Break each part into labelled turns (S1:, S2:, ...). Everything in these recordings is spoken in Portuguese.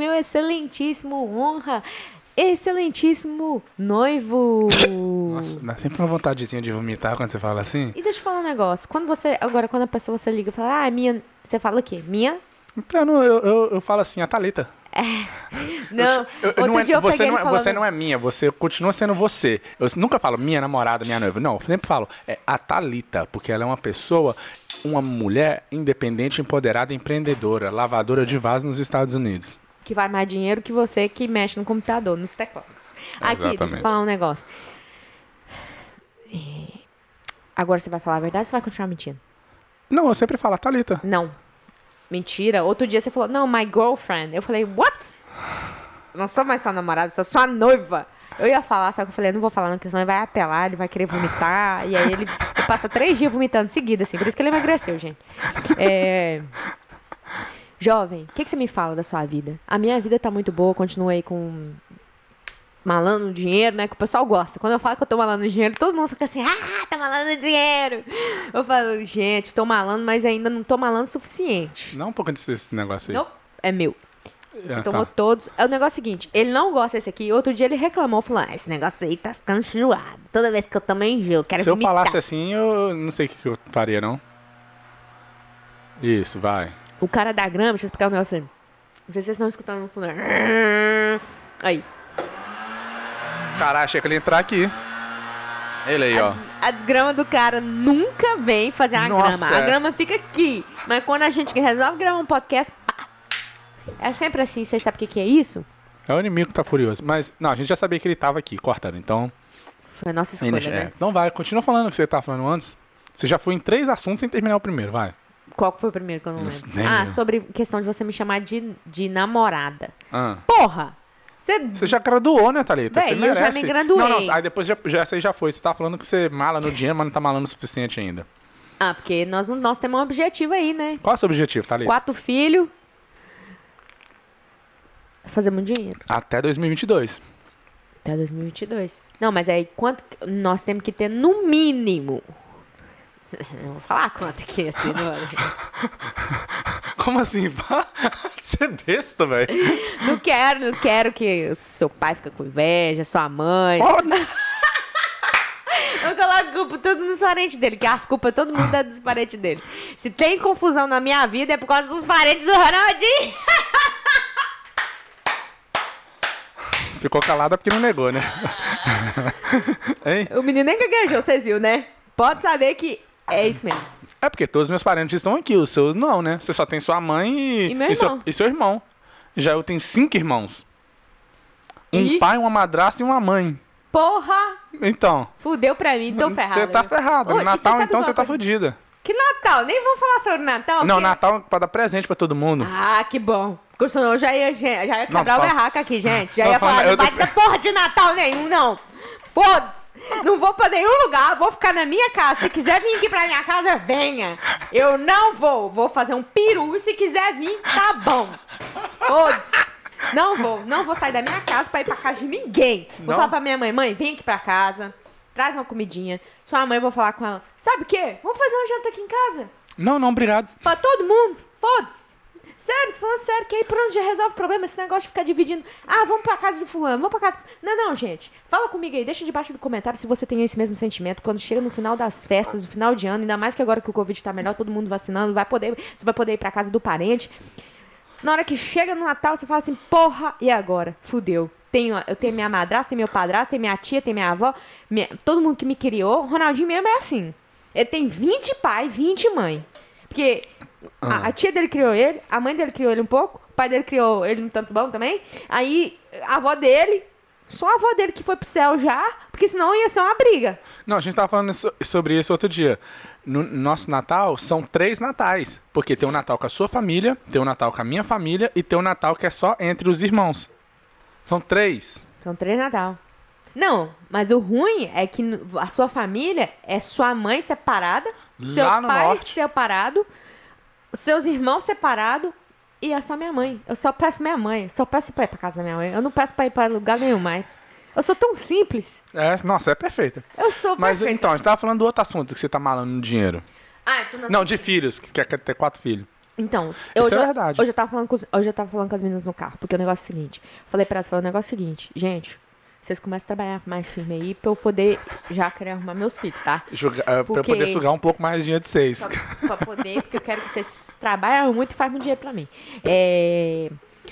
S1: meu excelentíssimo honra, excelentíssimo noivo. Hum.
S2: Nossa, dá sempre uma vontadezinha de vomitar quando você fala assim.
S1: E deixa eu falar um negócio. Quando você. Agora, quando a pessoa você liga e fala, ah, minha. Você fala o quê? Minha?
S2: Então, eu, não- eu, eu, eu falo assim, a Thalita.
S1: Não.
S2: Eu- eu-
S1: Outro
S2: não é-
S1: dia eu
S2: você
S1: peguei
S2: não,
S1: ele
S2: é-
S1: falando.
S2: você não é minha, você continua sendo você. Eu nunca falo minha namorada, minha noiva. Não, eu sempre falo é a Thalita, porque ela é uma pessoa, uma mulher independente, empoderada, empreendedora, lavadora de vaso nos Estados Unidos.
S1: que vai mais dinheiro que você que mexe no computador, nos teclados. Aqui, deixa eu
S2: Exatamente.
S1: falar um negócio. É, Agora você vai falar a verdade ou você vai continuar mentindo?
S2: Não, eu sempre falo a Thalita.
S1: Não. Mentira. Outro dia você falou, não, my girlfriend. Eu falei, what? Eu não sou mais sua namorada, eu sou sua noiva. Eu ia falar, só que eu falei, não vou falar não, porque senão ele vai apelar, ele vai querer vomitar. E aí ele passa três dias vomitando seguida, assim. Por isso que ele emagreceu, gente. É... Jovem, o que, que você me fala da sua vida? A minha vida tá muito boa, continua aí com malando dinheiro, né? Que o pessoal gosta. Quando eu falo que eu tô malando dinheiro, todo mundo fica assim, ah, tá malando dinheiro. Eu falo, gente, tô malando, mas ainda não tô malando o suficiente.
S2: Não um pouco desse negócio aí.
S1: Não, é meu. Você
S2: Ah,
S1: tomou
S2: tá.
S1: todos. É o negócio seguinte, ele não gosta desse aqui. Outro dia ele reclamou, falou, ah, esse negócio aí tá ficando enjoado. Toda vez que eu tomo eu enjoo, quero
S2: Se eu
S1: vomitar.
S2: falasse assim, eu não sei o que que eu faria, não. Isso, vai.
S1: O cara da grama, deixa eu explicar o negócio assim. Não sei se vocês estão escutando no fundo. né? "Ah, Aí.
S2: Caralho, achei que ele ia entrar aqui. Ele aí, ó.
S1: A grama do cara nunca vem fazer a
S2: Nossa,
S1: grama. A
S2: é.
S1: grama fica aqui. Mas quando a gente resolve gravar um podcast, pá. É sempre assim. Vocês sabem o que, que é isso?
S2: É o inimigo que tá furioso. Mas, não, a gente já sabia que ele tava aqui, cortando, então.
S1: Foi a nossa escolha,
S2: Ainda- é.
S1: né?
S2: Então vai, continua falando o que você tava falando antes. Você já foi em três assuntos sem terminar o primeiro, vai.
S1: Qual que foi o primeiro que eu não
S2: Não
S1: lembro?
S2: sei.
S1: Ah, sobre questão de você me chamar de, de namorada.
S2: Ah.
S1: Porra! Você...
S2: Você já graduou, né, Thalita?
S1: Véi,
S2: você
S1: eu já
S2: merece.
S1: me graduei.
S2: Não, não, aí depois já, já, essa aí já foi. Você tava falando que você mala no dinheiro, mas não tá malando o suficiente ainda.
S1: Ah, porque nós, não- nós temos um objetivo aí, né?
S2: Qual é o seu objetivo, Thalita?
S1: Quatro filhos. Fazer muito dinheiro.
S2: Até 2022.
S1: Até 2022. Não, mas aí quanto que- nós temos que ter no mínimo? Não vou falar quanto aqui, assim, não,
S2: Como assim? pá? você é besta, velho.
S1: não quero, não quero que o seu pai fica com inveja, sua mãe.
S2: Oh, não.
S1: Eu coloco culpa tudo nos parentes dele, que as culpas todo mundo é dos parentes dele. Se tem confusão na minha vida é por causa dos parentes do Ronaldinho.
S2: Ficou calada porque não negou, né? hein?
S1: O menino nem gaguejou, vocês viram, né? Pode saber que é isso mesmo.
S2: É porque todos os meus parentes estão aqui, os seus não, né? Você só tem sua mãe e,
S1: E meu irmão.
S2: Seu, e seu irmão. Já eu tenho cinco irmãos. Um
S1: Ih.
S2: pai, uma madrasta e uma mãe.
S1: Porra,
S2: Então.
S1: fudeu pra mim, tô ferrado. né?
S2: Você tá ferrado.
S1: Ô,
S2: No
S1: e
S2: Natal,
S1: sabe
S2: então,
S1: qual
S2: você tá
S1: foi-
S2: fudida.
S1: Que Natal? Nem vou falar sobre Natal.
S2: Não,
S1: porque-
S2: Natal é pra dar presente pra todo mundo.
S1: Ah, que bom. Porque senão eu já ia, já ia
S2: Não,
S1: quebrar o
S2: fala-
S1: barraco aqui, gente. Já
S2: Não,
S1: ia
S2: fala-
S1: falar, não
S2: eu tô-
S1: vai ter porra de Natal nenhum, não. Foda-se. Não vou pra nenhum lugar, vou ficar na minha casa. Se quiser vir aqui pra minha casa, venha. Eu não vou. Vou fazer um peru e se quiser vir, tá bom. Foda-se. Não vou. Não vou sair da minha casa pra ir pra casa de ninguém. Vou
S2: Não.
S1: falar pra minha mãe, mãe, vem aqui pra casa. Traz uma comidinha. Sua mãe, eu vou falar com ela. Sabe o quê? Vamos fazer uma janta aqui em casa.
S2: Não, não, obrigado.
S1: Pra todo mundo, foda-se. Sério, tô falando sério, que aí pronto, já resolve o problema, esse negócio de ficar dividindo. Ah, vamos pra casa do fulano, vamos pra casa. Não, não, gente. Fala comigo aí, deixa debaixo do comentário se você tem esse mesmo sentimento. Quando chega no final das festas, no final de ano, ainda mais que agora que o Covid tá melhor, todo mundo vacinando, vai poder, você vai poder ir pra casa do parente. Na hora que chega no Natal, você fala assim, porra, e agora? Fudeu. Tenho, eu tenho minha madrasta, tenho meu padrasto, tenho minha tia, tenho minha avó, minha- todo mundo que me criou. Ronaldinho mesmo é assim. Ele tem 20 pai, 20 mãe. Porque a, a tia dele criou ele, a mãe dele criou ele um pouco, o pai dele criou ele um tanto bom também. Aí a avó dele, só a avó dele que foi pro céu já, porque senão ia ser uma briga.
S2: Não, a gente tava falando isso- sobre isso outro dia. No nosso Natal, são três Natais. Porque tem o Natal com a sua família, tem o Natal com a minha família e tem o Natal que é só entre os irmãos. São três.
S1: São três Natal. Então, Não, mas o ruim é que no- a sua família é sua mãe separada, seu
S2: Lá no
S1: pai
S2: norte.
S1: separado, os seus irmãos separados e é só minha mãe. Eu só peço minha mãe, só peço pra ir pra casa da minha mãe. Eu não peço pra ir pra lugar nenhum mais. Eu sou tão simples.
S2: É, nossa, é perfeita.
S1: Eu sou
S2: Mas
S1: perfeita.
S2: então, a gente tava falando do outro assunto que você tá malando no dinheiro.
S1: Ah, tu não,
S2: Não, de filhos, que quer quer ter quatro filhos.
S1: Então, eu,
S2: Isso
S1: hoje,
S2: é
S1: eu-
S2: verdade.
S1: hoje eu tava falando com, os- hoje eu tava falando com as meninas no carro, porque o negócio é o seguinte. Falei pra elas, falei o negócio é o seguinte, gente, vocês começam a trabalhar mais firme aí pra eu poder já querer arrumar meus filhos, tá?
S2: Joga- eh, Pra eu
S1: Porque- Tá
S2: poder sugar um pouco mais de dinheiro de vocês.
S1: Pra, pra poder, porque eu quero que vocês trabalhem muito e façam um dinheiro pra mim. É,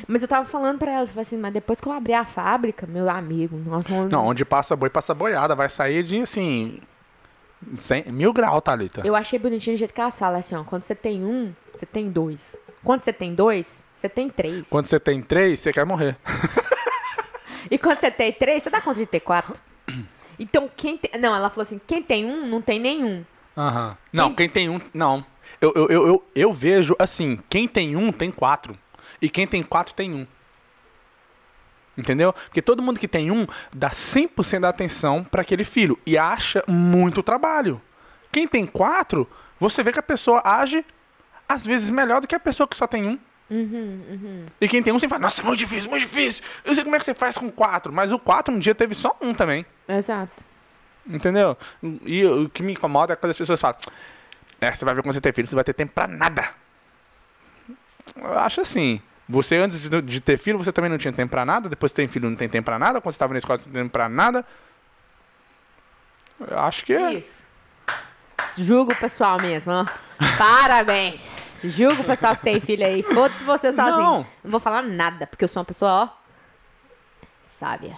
S1: Mas eu tava falando pra elas, eu falei assim, mas depois que eu abrir a fábrica, meu amigo, nós vamos.
S2: Não, onde passa boi, passa boiada. Vai sair de, assim, cem- mil graus, Thalita.
S1: Eu achei bonitinho o jeito que elas falam, assim, ó, quando você tem um, você tem dois. Quando você tem dois, você tem três.
S2: Quando você tem três, você quer morrer.
S1: E quando você tem três, você dá conta de ter quatro? Então, quem tem. Não, ela falou assim: quem tem um, não tem nenhum.
S2: Aham. Não, quem tem um, não. Eu, eu, eu, eu, eu vejo, assim, quem tem um tem quatro. E quem tem quatro tem um. Entendeu? Porque todo mundo que tem um dá 100% da atenção pra aquele filho e acha muito trabalho. Quem tem quatro, você vê que a pessoa age às vezes melhor do que a pessoa que só tem um. E quem tem um, você fala, nossa, muito difícil, muito difícil. Eu sei como é que você faz com quatro, mas o quatro um dia teve só um também.
S1: Exato.
S2: Entendeu? E o que me incomoda é quando as pessoas falam: É, você vai ver quando você ter filho, você vai ter tempo pra nada. Eu acho assim. Você antes de, de ter filho, você também não tinha tempo pra nada. Depois que tem filho, não tem tempo pra nada. Quando você tava na escola, você não tem tempo pra nada. Eu acho que é.
S1: Isso. Julgo o pessoal mesmo, ó. Parabéns. Julgo o pessoal que tem filho aí. Foda-se você sozinho.
S2: Não.
S1: Não. vou falar nada, porque eu sou uma pessoa, ó. Sábia.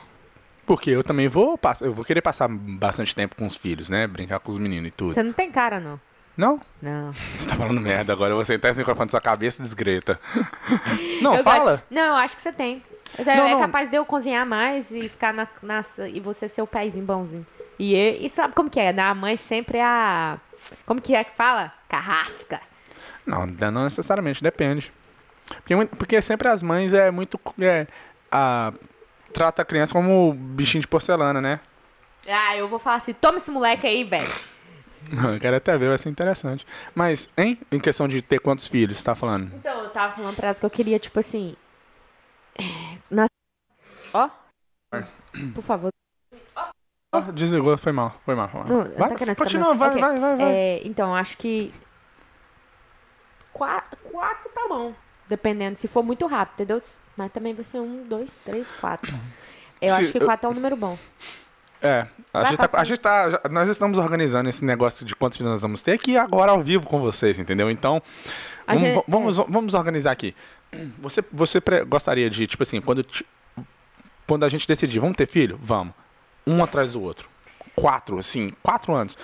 S2: Porque eu também vou pass- eu vou querer passar bastante tempo com os filhos, né? Brincar com os meninos e tudo.
S1: Você não tem cara, não.
S2: Não?
S1: Não.
S2: Você tá falando merda agora. Eu vou sentar esse microfone na sua cabeça e desgreta. Não,
S1: Eu
S2: fala.
S1: gosto- Não, eu acho que você tem. Mas é,
S2: Não,
S1: é
S2: não.
S1: capaz de eu cozinhar mais e ficar na, na- e você ser o paizinho bonzinho. E, eu- e sabe como que é? A mãe sempre é a. Como que é que fala? Carrasca.
S2: Não, da- não necessariamente, depende. Porque, mui- porque sempre as mães é muito. co- É, a, trata a criança como bichinho de porcelana, né?
S1: Ah, eu vou falar assim, toma esse moleque aí, velho.
S2: Eu quero até ver, vai ser interessante. Mas, hein? Em questão de ter quantos filhos, você tá falando?
S1: Então, eu tava falando pra elas que eu queria, tipo assim. na- Ó. Por favor.
S2: Ó, desligou, foi mal, foi mal. Foi mal.
S1: Não,
S2: vai,
S1: tá querendo
S2: continua,
S1: ficar-
S2: vai,
S1: Ok.
S2: vai, vai, vai.
S1: É, então, eu acho que. qua- Quatro, tá bom. Dependendo, se for muito rápido, entendeu? Mas também vai ser um, dois, três, quatro. Eu
S2: Se-
S1: acho que
S2: eu-
S1: quatro é um número bom.
S2: É, a
S1: Vai
S2: gente, tá, a
S1: passando.
S2: gente tá- já- Nós estamos organizando esse negócio de quantos filhos nós vamos ter aqui agora ao vivo com vocês, entendeu? Então,
S1: A
S2: vamos,
S1: gente-
S2: va- vamos, vamos organizar aqui. Você, você pre- gostaria de, tipo assim, quando, ti- quando a gente decidir, vamos ter filho? Vamos. Um atrás do outro. Quatro, assim, quatro anos.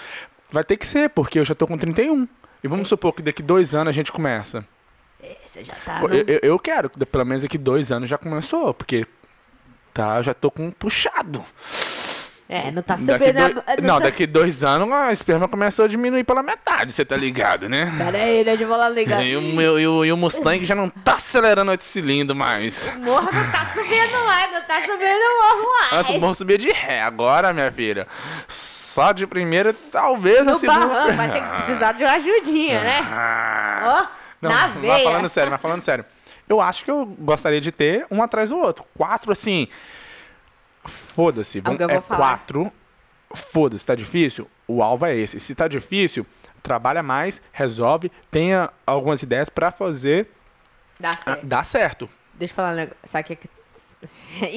S2: Vai ter que ser, porque eu já tô com 31. E vamos supor que daqui dois anos a gente começa.
S1: Você já tá.
S2: Eu, eu- eu quero, que pelo menos daqui dois anos já começou, porque tá, eu já tô com um puxado.
S1: É, não tá
S2: Daqui
S1: subindo.
S2: dois-
S1: a-
S2: Não, daqui dois anos a esperma começou a diminuir pela metade, você tá ligado, né?
S1: Pera aí, deixa eu falar ligar.
S2: E o, meu, e, o, e o Mustang já não tá acelerando oito cilindros mais.
S1: O morro não tá subindo mais, não tá subindo o morro mais.
S2: Antes o bom subia de ré, agora, minha filha. Só de primeira, talvez um a
S1: No
S2: segunda.
S1: barranco, vai ter que precisar de uma ajudinha, né?
S2: Ah.
S1: Ó,
S2: Não,
S1: na
S2: mas
S1: veia.
S2: falando sério, mas falando sério. Eu acho que eu gostaria de ter um atrás do outro. Quatro, assim. Foda-se. vamos-
S1: Alguém vai
S2: É
S1: falar.
S2: quatro. Foda-se, tá difícil? O alvo é esse. Se tá difícil, trabalha mais, resolve, tenha algumas ideias pra fazer
S1: Dá
S2: ah,
S1: certo.
S2: dar certo.
S1: Deixa eu falar um negócio. Sabe o que é que-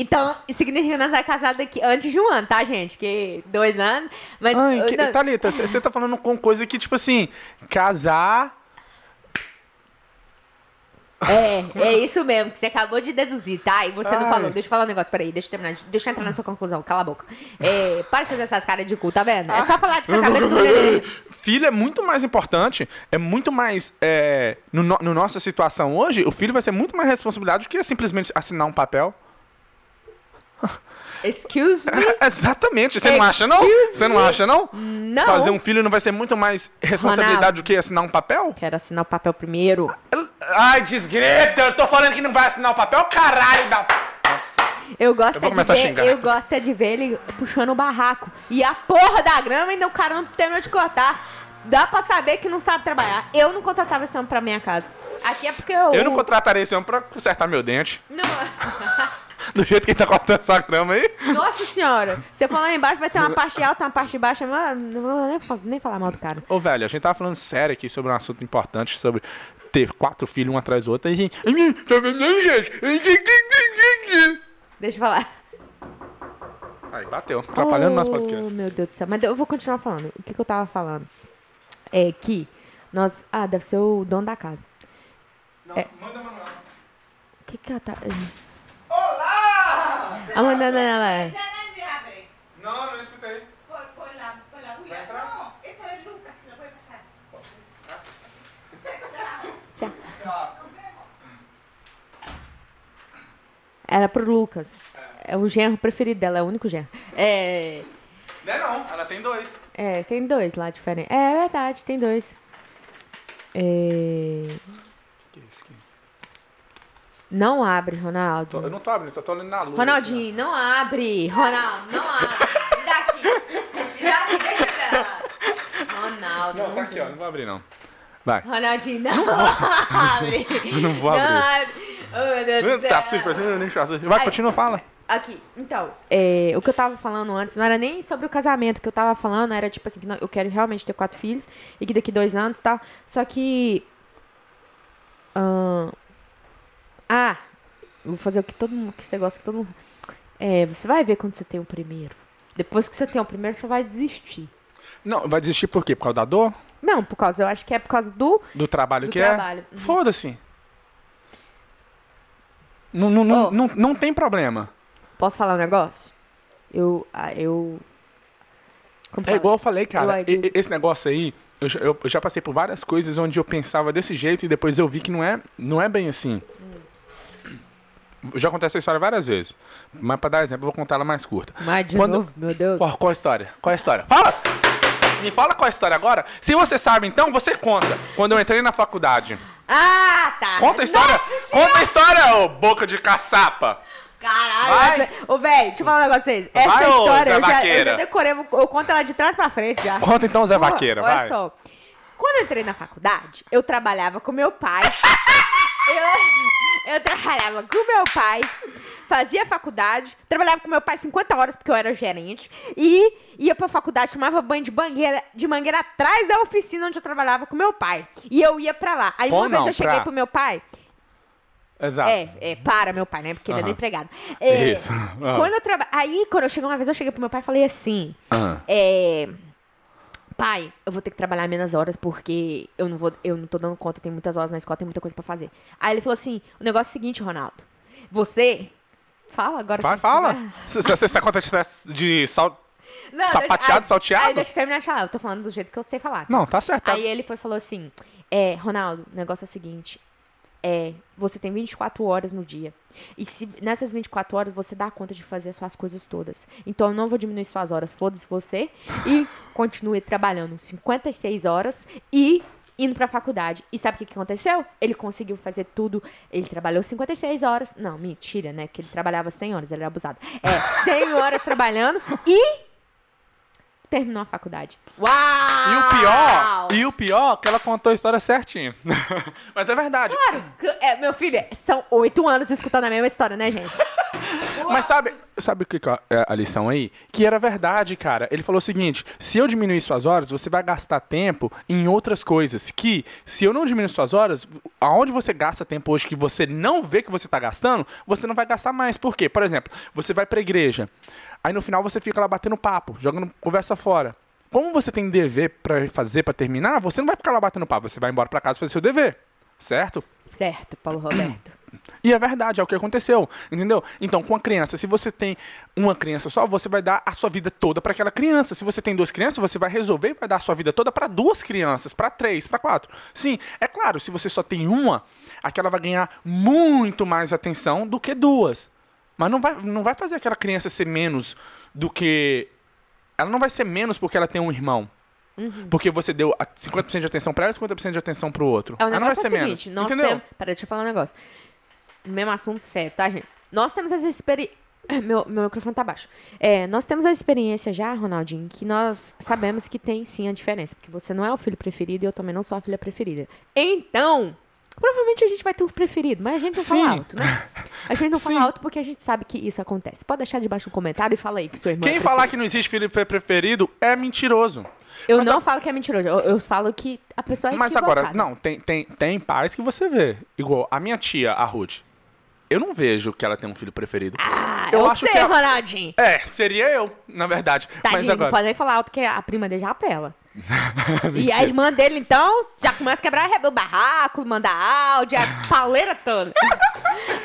S1: Então, isso significa que nós vamos casar daqui antes de um ano, tá, gente? Que dois anos. Mas.
S2: Ai, que,
S1: não,
S2: Thalita, você tá falando com coisa que, tipo assim, casar.
S1: É, é isso mesmo, que você acabou de deduzir, tá? E você não
S2: Ai.
S1: falou. Deixa eu falar um negócio, peraí, deixa eu terminar. de- Deixa eu entrar na sua conclusão, cala a boca. É, para de fazer essas caras de cu, tá vendo? É
S2: Ah.
S1: só falar de cabelo sobre
S2: Filho é muito mais importante, é muito mais. É, no, no, no nossa situação hoje, o filho vai ser muito mais responsabilidade do que simplesmente assinar um papel.
S1: Excuse me?
S2: Exatamente, você não acha, não?
S1: Excuse
S2: Você não acha, não?
S1: Não.
S2: Fazer um filho não vai ser muito mais responsabilidade
S1: Ronaldo.
S2: do que assinar um papel?
S1: Quero assinar o papel primeiro.
S2: Ai, desgreta, eu tô falando que não vai assinar o papel, caralho da. Nossa.
S1: Eu gosto,
S2: Eu vou
S1: é de
S2: começar a xingar.
S1: ver, eu gosto é de ver ele puxando o barraco. E a porra da grama ainda o cara não terminou de cortar. Dá pra saber que não sabe trabalhar. Eu não contratava esse homem pra minha casa. Aqui é porque eu.
S2: Eu não contratarei esse homem pra consertar meu dente.
S1: Não.
S2: Do jeito que ele tá cortando essa grama aí.
S1: Nossa senhora! Você for lá embaixo, vai ter uma parte alta, uma parte baixa. Mano, não vou nem, fa- nem falar mal do cara.
S2: Ô, velho, a gente tava falando sério aqui sobre um assunto importante, sobre ter quatro filhos um atrás do outro. Aí, gente, tá vendo, não, gente?
S1: Deixa eu falar.
S2: Aí bateu, atrapalhando nosso
S1: Oh,
S2: podcast.
S1: meu Deus do céu. Mas eu vou continuar falando. O que, que eu tava falando? É que nós... Ah, deve ser o dono da casa.
S2: Não, manda manual.
S1: O que que ela tá... Olá! A Amanda, né, ela... é-
S3: Janela me abre.
S2: Não, não escutei.
S3: Põe, põe lá, põe lá. Ui,
S2: Vai entrar?
S3: não, entra aí, Lucas, senão vai passar.
S1: Tchau. Era pro Lucas. É o genro preferido dela, é o único genro. É...
S2: Não, não, ela tem dois.
S1: É, tem dois lá diferentes. É verdade, tem dois. É...
S2: Que isso aqui?
S1: Não abre,
S2: Tô- eu
S1: Ronaldo.
S2: não tô abrindo, só tô olhando na luz.
S1: Ronaldinho, não abre. Ronaldo, não abre. Me dá aqui. Me dá aqui, deixa eu olhar. Ronaldo.
S2: Não, tá aqui, ó. Não vou abrir, não. Vai.
S1: Ronaldinho, não abre.
S2: Não vou abrir.
S1: Não abre. Oh, meu Deus do
S2: Tá
S1: céu.
S2: super, nem chato. Vai,
S1: Ai.
S2: continua, fala.
S1: Aqui, então, é, o que eu tava falando antes não era nem sobre o casamento, o que eu tava falando era tipo assim, que não- eu quero realmente ter quatro filhos e que daqui dois anos e tal. Só que. ahn, ah, vou fazer o que todo mundo. que você gosta, que todo mundo. É, você vai ver quando você tem o primeiro. Depois que você tem o primeiro, você vai desistir.
S2: Não, vai desistir por quê? Por causa da dor?
S1: Não, por causa, eu acho que é por causa do.
S2: Do trabalho
S1: Do
S2: que
S1: trabalho.
S2: é?
S1: Uhum.
S2: Foda-se. Não, não, não,
S1: Ó.
S2: não, não tem problema.
S1: Posso falar um negócio? Eu. ah, eu como
S2: É
S1: fala?
S2: igual eu falei, cara.
S1: Eu- eu-
S2: e- e- Esse negócio aí, eu, já- eu já passei por várias coisas onde eu pensava desse jeito e depois eu vi que não é, não é bem assim. Eu já contei essa história várias vezes. Mas pra dar exemplo, eu vou contar ela mais curta.
S1: Mas de
S2: Quando-
S1: novo, meu Deus.
S2: Ó, qual a história? Qual a história? Fala! Me fala qual a história agora. Se você sabe, então, você conta. Quando eu entrei na faculdade.
S1: Ah, tá.
S2: Conta a história!
S1: Nossa
S2: Conta a história, ô boca de caçapa! Vai.
S1: Caralho, essa- ô velho, deixa eu falar um negócio pra vocês. Essa
S2: Vai, ô,
S1: história
S2: Zé
S1: eu já, eu
S2: Vaqueira.
S1: já decorei, eu eu conto ela de trás pra frente já.
S2: Conta então, Zé
S1: Ó,
S2: Vaqueira,
S1: olha
S2: vai.
S1: só. Quando eu entrei na faculdade, eu trabalhava com meu pai. eu, eu trabalhava com meu pai, fazia faculdade, trabalhava com meu pai 50 horas porque eu era gerente e ia pra faculdade, tomava banho de mangueira, de mangueira atrás da oficina onde eu trabalhava com meu pai. E eu ia pra lá. Aí
S2: Com
S1: uma vez
S2: não,
S1: eu cheguei
S2: pra.
S1: pro meu pai,
S2: Exato.
S1: é, é, para meu pai, né? Porque ele
S2: Tá. Aham.
S1: é empregado. É,
S2: Isso. Ah.
S1: Quando eu traba... Aí, quando eu cheguei uma vez, eu cheguei pro meu pai e falei assim:
S2: Ah.
S1: é, Pai, eu vou ter que trabalhar menos horas porque eu não vou, eu não tô dando conta, tem muitas horas na escola, tem muita coisa pra fazer. Aí ele falou assim: o negócio é o seguinte, Ronaldo. Você. Fala agora.
S2: Vai,
S1: que-
S2: fala.
S1: É.
S2: Se se- se essa conta tivesse de sal...
S1: Não,
S2: Sapateado,
S1: aí-
S2: salteado?
S1: Aí deixa eu terminar de falar, eu tô falando do jeito que eu sei falar.
S2: Não, tá certo. tá-
S1: Aí ele foi e falou assim: é, Ronaldo, o negócio é o seguinte. É, você tem 24 horas no dia. E se nessas 24 horas você dá conta de fazer as suas coisas todas. Então eu não vou diminuir suas horas, foda-se você. E continue trabalhando 56 horas e indo pra faculdade. E sabe o que, que aconteceu? Ele conseguiu fazer tudo. Ele trabalhou 56 horas. Não, mentira, né? Que ele trabalhava 100 horas, ele era abusado. É, 100 horas trabalhando e terminou a faculdade. Uau!
S2: E o pior, e o pior, é que ela contou a história certinho. Mas é verdade.
S1: Claro, que- é, meu filho, são oito anos escutando a mesma história, né, gente?
S2: Mas sabe, sabe o que que é a lição aí? Que era verdade, cara. Ele falou o seguinte: se eu diminuir suas horas, você vai gastar tempo em outras coisas. Que se eu não diminuir suas horas, aonde você gasta tempo hoje que você não vê que você tá gastando, você não vai gastar mais. Por quê? Por exemplo, você vai pra igreja. Aí no final você fica lá batendo papo, jogando conversa fora. Como você tem dever pra fazer pra terminar, você não vai ficar lá batendo papo, você vai embora pra casa fazer seu dever, certo?
S1: Certo, Paulo Roberto.
S2: E é verdade, é o que aconteceu, entendeu? Então, com a criança, se você tem uma criança só, você vai dar a sua vida toda para aquela criança. Se você tem duas crianças, você vai resolver e vai dar a sua vida toda para duas crianças, para três, para quatro. Sim, é claro, se você só tem uma, aquela vai ganhar muito mais atenção do que duas. Mas não vai, não vai fazer aquela criança ser menos do que. Ela não vai ser menos porque ela tem um irmão.
S1: Uhum.
S2: Porque você deu a- 50% de atenção para ela e 50% de atenção para o outro.
S1: É, o
S2: ela Ah, não vai
S1: negócio
S2: ser
S1: é o seguinte,
S2: menos.
S1: nós
S2: entendeu?
S1: temos... Peraí, deixa eu falar um negócio. Mesmo assunto sério, tá, gente? Nós temos essa experiência... Meu, meu microfone tá baixo. É, nós temos a experiência já, Ronaldinho, que nós sabemos que tem sim a diferença. Porque você não é o filho preferido e eu também não sou a filha preferida. Então, Provavelmente a gente vai ter um preferido, mas a gente não
S2: Sim.
S1: fala alto, né? A gente não fala
S2: Sim.
S1: alto porque a gente sabe que isso acontece. Pode deixar debaixo do comentário e fala aí que sua irmã. é
S2: Quem falar que não existe filho pre- preferido é mentiroso.
S1: Eu não falo que é mentiroso, eu, eu falo que a pessoa é
S2: Mas agora,
S1: equivocada.
S2: não, tem, tem, tem pais que você vê. Igual a minha tia, a Ruth. Eu não vejo que ela tem um filho preferido.
S1: Ah,
S2: Eu
S1: eu,
S2: acho
S1: sei,
S2: que a-
S1: Ronaldinho.
S2: É, seria eu, na verdade. Mas
S1: Tadinho, não
S2: agora.
S1: pode nem falar alto que a prima dele já apela. e a irmã dele, então, já começa a quebrar o barraco, mandar áudio, a pauleira toda.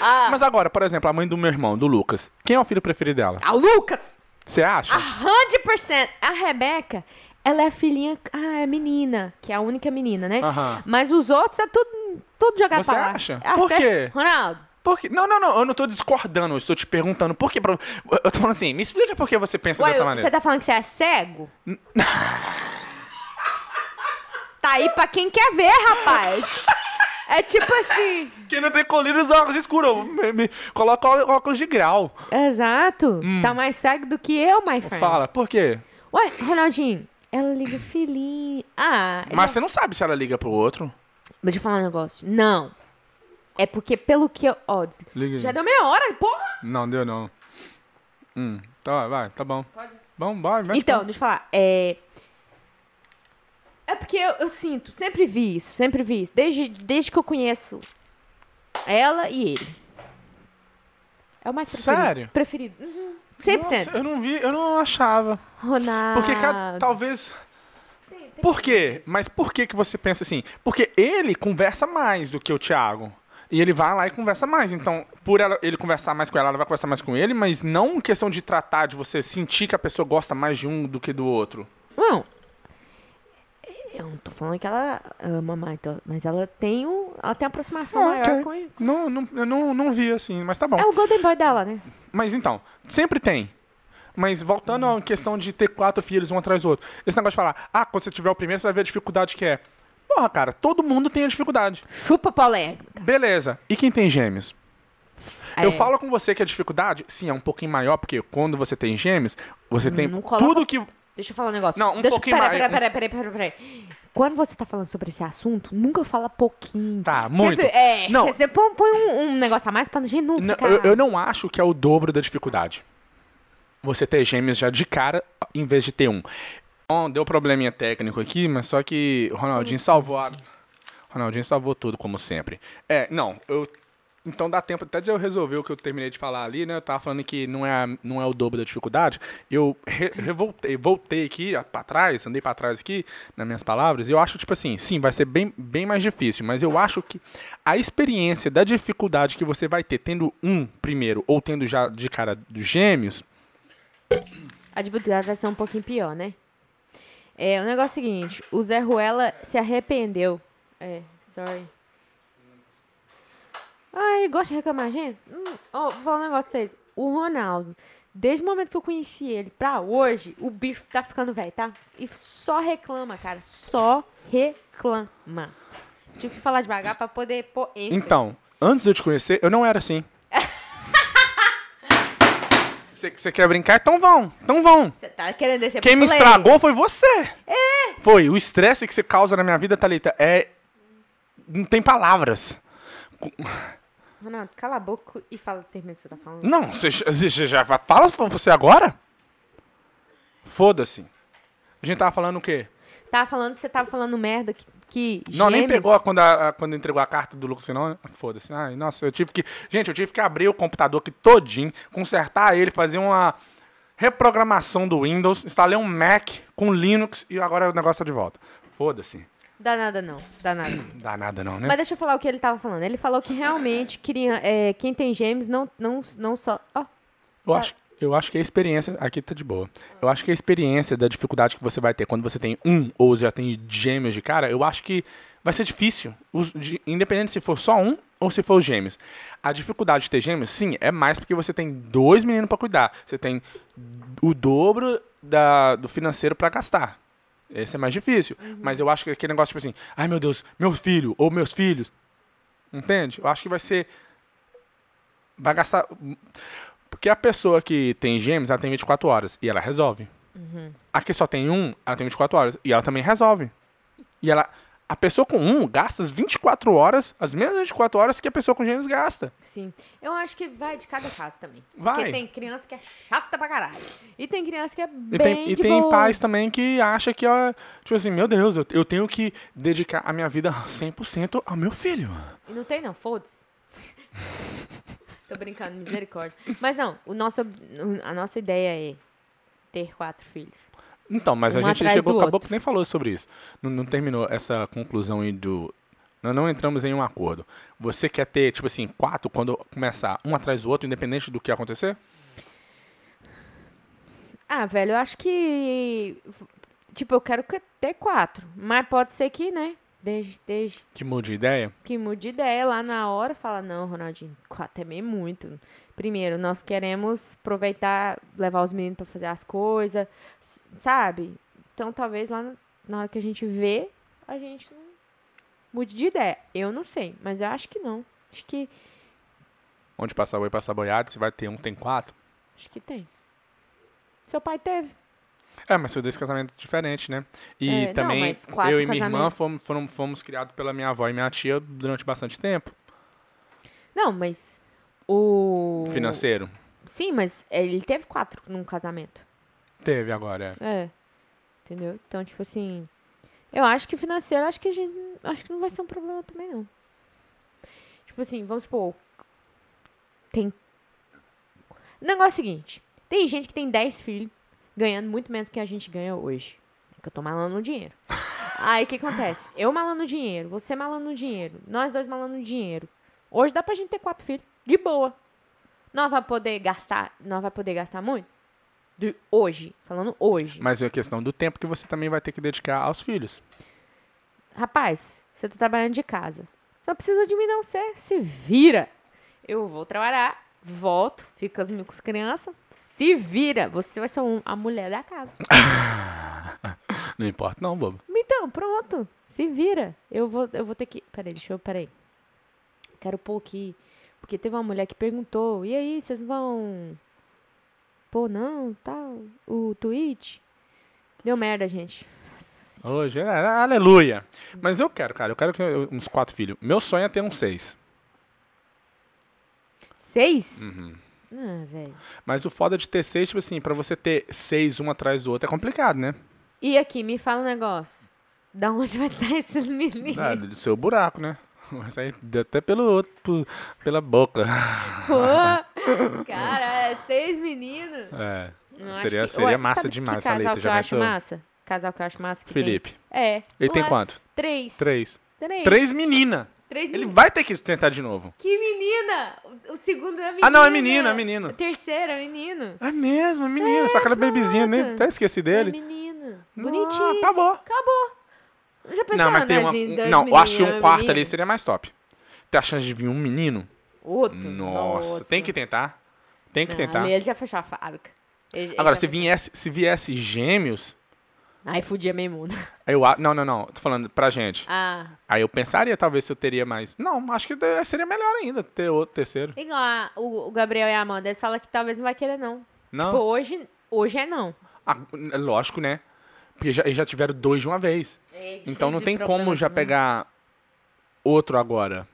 S1: ah,
S2: Mas agora, por exemplo, a mãe do meu irmão, do Lucas. Quem é o filho preferido dela?
S1: a Tá Lucas,
S2: Você acha?
S1: Ah. 100%. A Rebeca, ela é filhinha, ah, é menina, que é a única menina, né?
S2: Aham.
S1: Mas os outros é tudo, tudo jogado
S2: Você
S1: pra lá.
S2: acha?
S1: Ah,
S2: Por
S1: certo?
S2: quê?
S1: Ronaldo,
S2: Por quê? Não, não, não. Eu não tô discordando. Eu estou te perguntando por que. pra- Eu tô falando assim, me explica por que você pensa
S1: ué,
S2: dessa
S1: você
S2: maneira.
S1: tá falando que você é cego? tá aí pra quem quer ver, rapaz. É tipo assim...
S2: Quem não tem colírio usa óculos escuros. Me, me- coloca ó- óculos de grau.
S1: Exato. Tá mais cego do que eu, my friend.
S2: Hum. Fala, por quê?
S1: Ué, Ronaldinho, ela liga filhinho. Ah,
S2: Mas
S1: não.
S2: você não sabe se ela liga pro outro.
S1: deixa eu falar um negócio. Não. É porque pelo que eu. Ó, des-
S2: Liga aí.
S1: já deu meia hora, porra!
S2: Não, deu não. Hum, tá, vai, tá bom. né? Pode. Bom, vai, vai.
S1: Então, deixa eu falar. É. É porque eu, eu sinto, sempre vi isso, sempre vi isso. Desde, desde que eu conheço ela e ele. É o mais preferido.
S2: Sério?
S1: Preferido. Uhum. 100%.
S2: Nossa, eu não vi, eu não achava.
S1: Ronaldo.
S2: Porque ca- talvez. Por quê? Mas por que, que você pensa assim? Porque ele conversa mais do que o Thiago. E ele vai lá e conversa mais. Então, por ela- ele conversar mais com ela, ela vai conversar mais com ele, mas não em questão de tratar, de você sentir que a pessoa gosta mais de um do que do outro.
S1: Não. Eu não tô falando que ela ama mais, tô- mas ela tem, um, ela tem uma aproximação
S2: Ah,
S1: maior
S2: ok.
S1: com ele.
S2: Não, não, eu não, não vi assim, mas tá bom.
S1: É o Golden Boy dela, né?
S2: Mas então, sempre tem. Mas voltando à questão de ter quatro filhos um atrás do outro. Esse negócio de falar, ah, quando você tiver o primeiro, você vai ver a dificuldade que é. Porra, cara, todo mundo tem a dificuldade.
S1: Chupa polêmica.
S2: Beleza. E quem tem gêmeos? Eu
S1: É,
S2: falo com você que a dificuldade, sim, é um pouquinho maior, porque quando você tem gêmeos, você tem
S1: não coloca-
S2: tudo que.
S1: Deixa eu falar um negócio.
S2: Não, um
S1: deixa,
S2: pouquinho
S1: peraí,
S2: mais,
S1: Peraí, peraí, peraí, peraí, peraí. Quando você tá falando sobre esse assunto, nunca fala pouquinho.
S2: Tá,
S1: Sempre-
S2: muito.
S1: É,
S2: Não.
S1: você põe, põe um, um negócio a mais pra gente não
S2: Não,
S1: ficar...
S2: eu, eu não acho que é o dobro da dificuldade. Você ter gêmeos já de cara, em vez de ter um. Bom, deu probleminha técnico aqui, mas só que o Ronaldinho salvou a... Ronaldinho salvou tudo, como sempre. É, não, eu... Então dá tempo até de eu resolver o que eu terminei de falar ali, né? Eu tava falando que não é, a- não é o dobro da dificuldade. Eu re- revoltei, voltei aqui ah, pra trás, andei pra trás aqui nas minhas palavras. E eu acho, tipo assim, sim, vai ser bem, bem mais difícil. Mas eu acho que a experiência da dificuldade que você vai ter tendo um primeiro ou tendo já de cara gêmeos,
S1: A dificuldade vai ser um pouquinho pior, né? É, o negócio é o seguinte, o Zé Ruela se arrependeu. É, sorry. Ah, ele gosta de reclamar, gente? Hum, ó, vou falar um negócio pra vocês. O Ronaldo, desde o momento que eu conheci ele pra hoje, o bicho tá ficando velho, tá? E só reclama, cara. Só reclama. Tive que falar devagar pra poder pôr ênfase.
S2: Então, antes de eu te conhecer, eu não era assim. Você quer brincar? Então vão, então vão.
S1: Você tá querendo descer
S2: Quem
S1: pro
S2: me
S1: play?
S2: estragou foi você. Foi, o estresse que você causa na minha vida, Thalita, é... Não tem palavras.
S1: Ronaldo, cala a boca e fala, termina o que você tá falando.
S2: Não, você já fala com você agora? Foda-se. A gente tava falando o quê?
S1: Tava falando que você tava falando merda que. que
S2: Não, nem
S1: gêmeos-
S2: pegou a- quando, a- a- quando entregou a carta do Lucas, não. né? Foda-se. Ai, nossa, eu tive que. Gente, eu tive que abrir o computador aqui todinho, consertar ele, fazer uma reprogramação do Windows, instalei um Mac com Linux e agora o negócio tá de volta. Foda-se.
S1: Dá nada não, dá nada. não.
S2: Não dá nada, não, né?
S1: Mas deixa eu falar o que ele tava falando. Ele falou que realmente queria, é, quem tem gêmeos não, não, não só. Ó,
S2: Eu acho, eu acho que a experiência. Aqui tá de boa. Eu acho que a experiência da dificuldade que você vai ter quando você tem um ou já tem gêmeos de cara, eu acho que vai ser difícil. Os de- independente se for só um ou se for os gêmeos. A dificuldade de ter gêmeos, sim, é mais porque você tem dois meninos pra cuidar. Você tem o dobro da, do financeiro pra gastar. Esse é mais difícil. Mas eu acho que aquele negócio, tipo assim, ai meu Deus, meu filho ou meus filhos. Entende? Eu acho que vai ser. Vai gastar. Porque a pessoa que tem gêmeos, ela tem 24 horas e ela
S1: Uhum.
S2: resolve. A que só tem um, ela tem 24 horas e ela também resolve. E ela A pessoa com um gasta as 24 horas, as mesmas 24 horas que a pessoa com gêmeos gasta.
S1: Sim. Eu acho que vai de cada caso também.
S2: Vai.
S1: Porque tem criança que é chata pra caralho. E tem criança que é bem
S2: E tem,
S1: de
S2: e tem
S1: boa.
S2: pais também que acha que, ó, tipo assim, meu Deus, eu, eu tenho que dedicar a minha vida 100% ao meu filho.
S1: E não tem, não. Foda-se. Tô brincando, misericórdia. Mas não, o nosso, a nossa ideia é ter quatro filhos.
S2: Então, mas
S1: Um
S2: a gente
S1: atrás
S2: chegou,
S1: do
S2: acabou
S1: outro.
S2: que nem falou sobre isso. Não, não terminou essa conclusão aí do. Nós não entramos em um acordo. Você quer ter, tipo assim, quatro quando começar um atrás do outro, independente do que acontecer?
S1: Ah, velho, eu acho que. Tipo, eu quero que- ter quatro. Mas pode ser que, né? Desde, desde
S2: Que mude de ideia?
S1: que mude de ideia lá na hora, fala: não, Ronaldinho, quatro é meio muito. Primeiro, nós queremos aproveitar, levar os meninos pra fazer as coisas, s- sabe? Então, talvez lá no- na hora que a gente vê, a gente não mude de ideia. Eu não sei, mas eu acho que não. Acho que,
S2: Onde passar boi, passar boiado, se vai ter um, tem quatro.
S1: acho que tem. Seu pai teve.
S2: É, mas foi dois casamentos diferentes, né? E
S1: É, não,
S2: também
S1: mas quatro
S2: eu e minha irmã
S1: casamentos-
S2: fomos, foram- fomos criados pela minha avó e minha tia durante bastante tempo.
S1: Não, mas o.
S2: Financeiro.
S1: Sim, mas ele teve quatro num casamento.
S2: Teve agora, é.
S1: É. Entendeu? Então, tipo assim. Eu acho que financeiro, acho que a gente. Acho que não vai ser um problema também, não. Tipo assim, vamos supor. Tem. O negócio é o seguinte: tem gente que tem 10 filhos ganhando muito menos que a gente ganha hoje. É que eu tô malando no dinheiro. Aí o que acontece? Eu malando no dinheiro, você malando no dinheiro, nós dois malando no dinheiro. Hoje dá pra gente ter quatro filhos, de boa. Nós vai poder gastar, nós vai poder gastar muito? De hoje, falando hoje.
S2: Mas é a questão do tempo que você também vai ter que dedicar aos filhos.
S1: Rapaz, você tá trabalhando de casa. Só precisa de mim, não. Você se vira. Eu vou trabalhar, volto, fico com as minhas com as crianças. Se vira. Você vai ser um- a mulher da casa.
S2: Não importa, não, bobo.
S1: Então, pronto. Se vira. Eu vou, eu vou ter que. Peraí, deixa eu. Peraí. Quero pôr aqui. Porque teve uma mulher que perguntou: e aí, vocês vão. Pô, não, tal. O tweet. Deu merda, gente. Nossa
S2: Hoje, é, é, aleluia. Mas eu quero, cara, eu quero que eu- uns quatro filhos. Meu sonho é ter uns seis.
S1: Seis? Ah, velho.
S2: Mas o foda de ter seis, tipo assim, pra você ter seis um atrás do outro é complicado, né?
S1: E aqui, me fala um negócio. Da onde vai estar esses meninos?
S2: Ah, do seu buraco, né? Vai sair até pelo outro, pro- pela boca.
S1: Pô, cara, é seis meninos.
S2: É.
S1: Eu acho
S2: Seria,
S1: que-
S2: seria
S1: Ué,
S2: massa
S1: sabe
S2: demais,
S1: que
S2: falei,
S1: casal
S2: tu
S1: que eu
S2: já
S1: acho
S2: pensou?
S1: massa? Casal que eu acho massa que tem.
S2: Felipe.
S1: É.
S2: Ele tem
S1: Ué,
S2: quanto?
S1: Três.
S2: Três.
S1: Três.
S2: Três meninas.
S1: Três
S2: Ele
S1: meni-
S2: vai ter que tentar de novo.
S1: Que menina! O- O segundo é menina.
S2: Ah, não, é menino, é menino.
S1: O terceiro é menino.
S2: É mesmo, é menina. só que ela é bebezinha, nem
S1: pronto.
S2: até esqueci
S1: É
S2: dele.
S1: menino.
S2: Ah,
S1: Bonitinho.
S2: acabou.
S1: Já pensou
S2: Não, mas tem uma.
S1: Nazinho, é, né, dois
S2: não, eu acho que
S1: meninos,
S2: um
S1: uma
S2: quarto ali
S1: menina?
S2: seria mais top. Tem a chance de vir um menino?
S1: Outro.
S2: Nossa, tem que tentar. Tem que
S1: Não,
S2: tentar.
S1: Ele já fechou a fábrica. Ele- ele
S2: Agora,
S1: já
S2: se
S1: fechou.
S2: viesse, se viesse gêmeos,
S1: Aí fudia meio mundo.
S2: eu a- Não, não, não. Tô falando pra gente.
S1: Ah,
S2: Aí eu pensaria, talvez, se eu teria mais. Não, acho que de- seria melhor ainda ter outro terceiro.
S1: igual a- o, o Gabriel e a Amanda, eles falam que talvez não vai querer, não.
S2: Não.
S1: Pô, hoje, hoje é não.
S2: Ah, lógico, né? Porque já, eles já tiveram dois de uma vez. Então não tem como
S1: né?
S2: já pegar outro agora.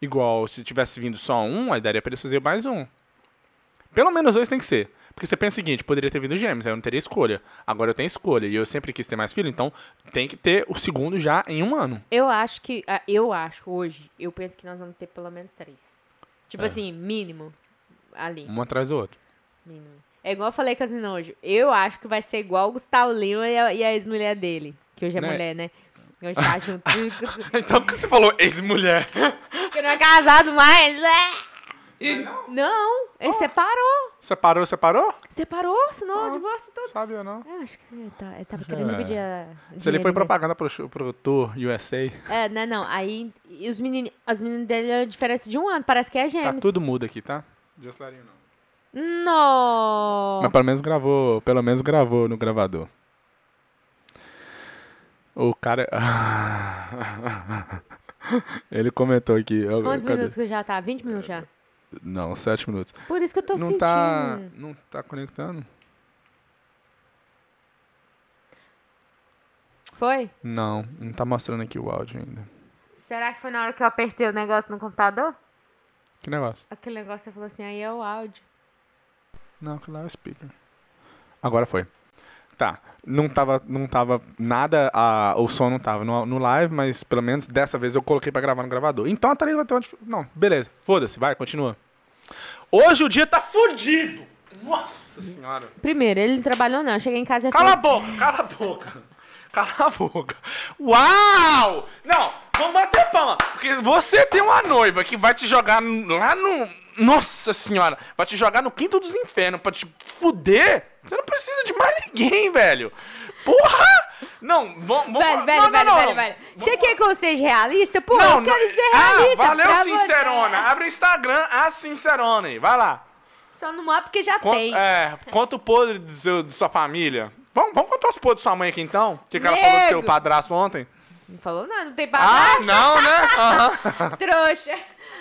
S2: Igual se tivesse vindo só um, aí daria pra eles fazer mais um. Pelo menos dois tem que ser. Porque você pensa o seguinte, poderia ter vindo gêmeos, aí eu não teria escolha. Agora eu tenho escolha e eu sempre quis ter mais filho, então tem que ter o segundo já em um ano.
S1: Eu acho que, ah, eu acho, hoje, eu penso que nós vamos ter pelo menos três.
S2: É.
S1: Tipo assim, mínimo. Ali,
S2: Um atrás do outro.
S1: mínimo. É igual eu falei com as meninas hoje. Eu acho que vai ser igual o Gustavo Lima e a, e a ex-mulher dele. Que hoje é
S2: Né?
S1: mulher, né? Hoje tá junto. que
S2: Então que você falou ex-mulher.
S1: não é casado mais. né? Não,
S2: Oh.
S1: ele separou.
S2: Separou, separou?
S1: Separou, senão o divórcio todo.
S2: Sabe ou não?
S1: Eu acho que ele, tá, ele tava querendo dividir a.
S2: É. Se ele
S1: dinheiro,
S2: foi
S1: né?
S2: propaganda pro, show- pro tour USA,
S1: É, não, não. Aí e os meninos, as meninas dele é a diferença de um ano, parece que é
S2: tá
S1: gêmeos.
S2: tudo mudo aqui, tá? Jocelyn não.
S1: No.
S2: Mas pelo menos gravou, pelo menos gravou no gravador. O cara. Ele comentou aqui. ó,
S1: Quantos
S2: cadê?
S1: minutos que já tá? 20 minutos já.
S2: Não, sete minutos.
S1: Por isso que eu tô
S2: não
S1: sentindo.
S2: tá. Não tá conectando?
S1: Foi?
S2: Não, não tá mostrando aqui o áudio ainda.
S1: Será que foi na hora que eu apertei o negócio no computador?
S2: Que negócio?
S1: Aquele negócio você falou assim, aí é o áudio.
S2: Não, que lá é o speaker. Agora foi. Tá. Não tava, não tava nada, a- o som não tava no, no live, mas pelo menos dessa vez eu coloquei pra gravar no gravador. Então a Thalita vai ter uma. dif- Não, beleza. Foda-se, vai, continua. Hoje o dia tá fudido! Nossa senhora!
S1: Primeiro, ele não trabalhou não. Eu cheguei em casa e ele
S2: Cala a
S1: falou,
S2: boca, cala a boca. Cala a boca. Uau! Não, vamos bater palma. Porque você tem uma noiva que vai te jogar n- lá no. Nossa senhora! Vai te jogar no quinto dos infernos pra te fuder. Você não precisa de mais ninguém, velho. Porra! Não, vamos.
S1: velho, velho,
S2: não,
S1: velho,
S2: não,
S1: velho,
S2: não.
S1: velho. Você quer que eu seja realista? Pô, eu quero ser
S2: Ah,
S1: realista. pra
S2: valeu, Sincerona.
S1: você.
S2: Abre o Instagram, a Sincerone. Vai lá.
S1: Só não manda porque já
S2: Con-
S1: tem.
S2: é, conta o podre do seu- de sua família. Vamos, vamos contar os podres de sua mãe aqui então? O que, que ela falou do seu
S1: Nego.
S2: padrasto ontem?
S1: Não falou nada, não tem
S2: Ah,
S1: babado.
S2: não, né? Aham.
S1: Trouxa.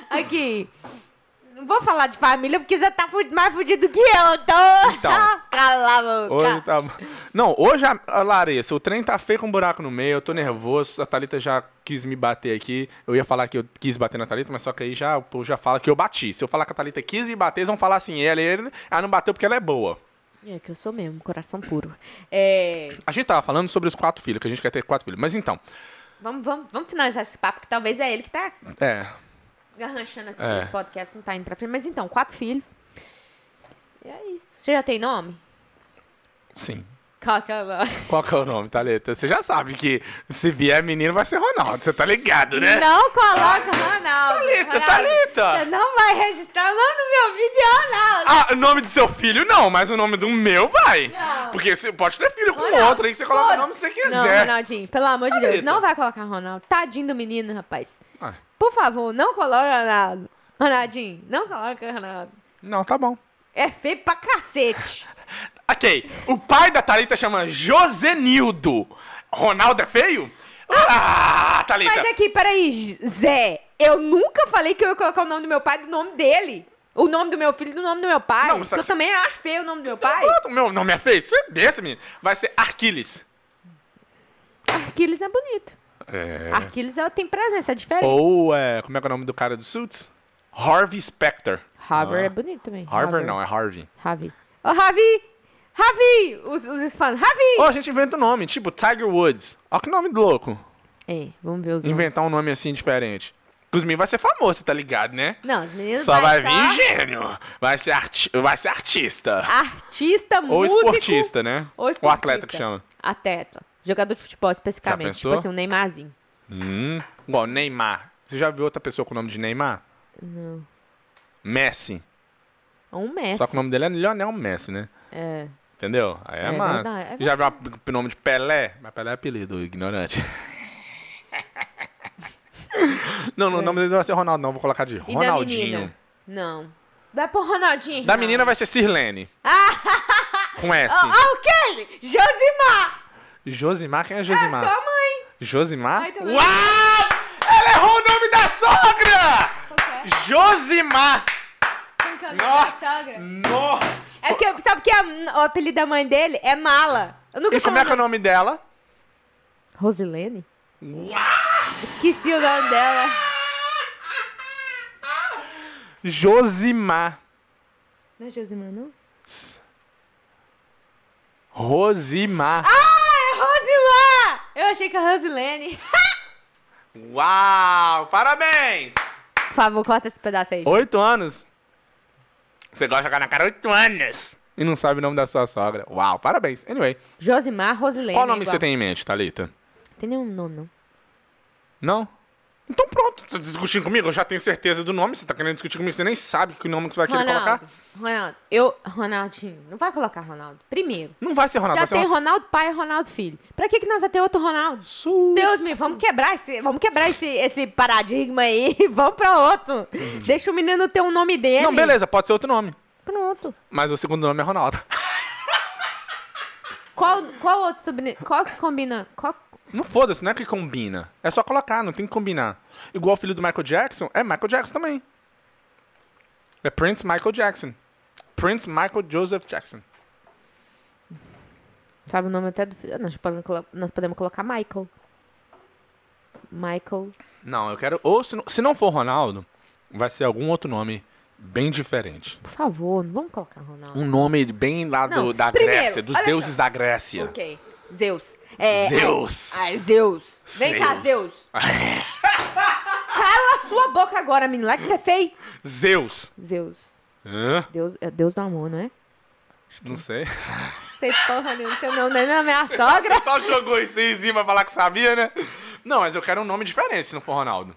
S1: Aqui. Não vou falar de família porque você tá fu- mais fudido que eu, então.
S2: Então.
S1: Cala a boca.
S2: Hoje tá. Não, hoje a, a Larissa, o trem tá feio com um buraco no meio, eu tô nervoso. A Thalita já quis me bater aqui. Eu ia falar que eu quis bater na Thalita, mas só que aí já, o povo já fala que eu bati. Se eu falar que a Thalita quis me bater, eles vão falar assim, ela, ele, ela não bateu porque ela é boa.
S1: É que eu sou mesmo, coração puro. É,
S2: A gente tava falando sobre os quatro filhos, que a gente quer ter quatro filhos. Mas então,
S1: vamos, vamos, vamos finalizar esse papo, que talvez é ele que tá
S2: é.
S1: garranchando esse,
S2: É.
S1: esse podcast, não tá indo pra frente. Mas então, quatro filhos. E é isso. Você já tem nome?
S2: Sim.
S1: Qual que é o nome?
S2: Qual que é o nome, Thalita? Você já sabe que se vier menino vai ser Ronaldo, você tá ligado, né?
S1: Não coloca Ronaldo.
S2: Thalita,
S1: Ronaldo,
S2: Thalita.
S1: Você não vai registrar o nome do meu vídeo, Ronaldo.
S2: Ah, o nome do seu filho não, mas o nome do meu vai.
S1: Não.
S2: Porque você pode ter filho com
S1: Ronaldo,
S2: outro aí que você coloca o
S1: foda-se.
S2: nome que você
S1: Não,
S2: quiser.
S1: Ronaldinho, pelo amor de Deus,
S2: Thalita.
S1: não vai colocar Ronaldo. Tadinho do menino, rapaz.
S2: Ah,
S1: Por favor, não coloca Ronaldo. Ronaldinho, não coloca Ronaldo.
S2: não, tá bom.
S1: É feio pra cacete.
S2: Ok, o pai da Thalita chama Josenildo. Ronaldo é feio? Ah, Thalita.
S1: Mas é aqui, peraí, J- Zé, eu nunca falei que eu ia colocar o nome do meu pai do nome dele. O nome do meu filho do nome do meu pai.
S2: Não, mas
S1: porque eu
S2: tá-
S1: também acho feio o nome do meu pai.
S2: Pronto, meu nome é feio? Você é desse, menino. Vai ser Arquiles.
S1: Arquiles é bonito.
S2: É.
S1: Arquiles é, tem presença, é diferente.
S2: Ou, é, como é que é o nome do cara do Suits? Harvey Specter.
S1: Harvard
S2: Ah.
S1: é bonito também.
S2: Harvey não, é Harvey.
S1: Ravi. Ô, Ravi! Ravi! Os, os hispanos. Ravi!
S2: Ou a gente inventa um nome, tipo Tiger Woods. Olha que nome louco.
S1: É, vamos ver os nomes.
S2: Inventar um nome assim diferente. Cusmin vai ser famoso, você tá ligado, né?
S1: Não, os meninos
S2: Só
S1: vai
S2: vai vir gênio. Vai ser, arti vai ser artista.
S1: Artista,
S2: Ou
S1: músico.
S2: esportista, né?
S1: Ou
S2: O
S1: esportista.
S2: atleta que chama.
S1: Atleta. Jogador de futebol, especificamente. Tipo
S2: pensou?
S1: assim, o Neymarzinho.
S2: Hum. Igual Neymar. Você já viu outra pessoa com o nome de Neymar?
S1: Não.
S2: Messi.
S1: É Um Messi.
S2: Só que o nome dele é Lionel Messi, né?
S1: É.
S2: Entendeu? Aí é,
S1: É
S2: mano.
S1: verdade, é
S2: já viu o nome de Pelé? Mas Pelé é apelido, ignorante. não, não, o nome dele não vai ser Ronaldo, não. Vou colocar de
S1: É. E da
S2: Ronaldinho.
S1: menina? Não. Dá pro Ronaldinho.
S2: Da
S1: não. Ah,
S2: menina vai ser Sirlene. com S.
S1: Ó, ó, o Kelly! Josimar!
S2: Josimar, quem é
S1: ah. É
S2: Josimar?
S1: sua mãe!
S2: Josimar?
S1: Ai, tô vendo.
S2: Uau! Ela errou o nome da sogra!
S1: Qual que
S2: Josimar!
S1: é? Qual que é o nome da sogra?
S2: Nossa! No.
S1: É porque, sabe que a- o apelido da mãe dele é Mala. Eu nunca
S2: E como é que é o
S1: falei-
S2: nome dela?
S1: Rosilene?
S2: Uau!
S1: Esqueci o nome dela.
S2: Josimar.
S1: Não é Josimar, não?
S2: Rosimar.
S1: Ah, é Rosimar! Eu achei que é Rosilene.
S2: Uau! Parabéns!
S1: Por favor, corta esse pedaço aí.
S2: Oito anos. Você gosta de jogar na cara oito anos. E não sabe o nome da sua sogra. Uau, parabéns. Anyway,
S1: Josimar, Rosilene.
S2: qual o nome que
S1: é igual.
S2: você tem em mente, Thalita?
S1: Tem nenhum nome, não.
S2: Não? Então pronto, você tá discutindo comigo? Eu já tenho certeza do nome, você tá querendo discutir comigo, você nem sabe que nome que você vai querer
S1: Ronaldo.
S2: colocar.
S1: Ronaldo. Eu. Ronaldinho. Não vai colocar Ronaldo. Primeiro.
S2: Não vai ser Ronaldo,
S1: Já
S2: Ah, vai ser
S1: tem Ronaldo pai e Ronaldo filho. Pra que, que nós vamos ter outro Ronaldo?
S2: Ronaldo.
S1: Deus me, vamos quebrar esse, vamos quebrar esse, esse paradigma aí e vamos pra outro. Deixa o menino ter o nome dele.
S2: Uhum. Não, beleza, pode ser outro nome.
S1: Pronto.
S2: Mas o segundo nome é Ronaldo.
S1: Qual, qual outro sobrenome? Qual que combina? Qual...
S2: Não foda-se, não é que combina. É só colocar, não tem que combinar. Igual o filho do Michael Jackson, é Michael Jackson também. É Prince Michael Jackson. Prince Michael Joseph Jackson.
S1: Sabe o nome até do filho? Nós podemos, colo- nós podemos colocar Michael. Michael.
S2: Não, eu quero. Ou se não, se não for Ronaldo, vai ser algum outro nome bem diferente.
S1: Por favor, não vamos colocar Ronaldo.
S2: Um nome bem lá do-
S1: Não,
S2: da
S1: primeiro,
S2: Grécia, dos
S1: olha
S2: deuses
S1: só.
S2: da Grécia.
S1: Ok. Zeus. É,
S2: Zeus!
S1: Ai, Zeus. Vem cá,
S2: Zeus.
S1: Zeus. Cala a sua boca agora, menino. Lá que você é feio.
S2: Zeus!
S1: Zeus.
S2: Hã?
S1: Deus, é Deus do amor, não é?
S2: Não sei.
S1: Sei porra nenhuma, seu não, nem na minha sogra.
S2: Só jogou isso aí em cima pra falar que sabia, né? Não, mas eu quero um nome diferente se não for Ronaldo.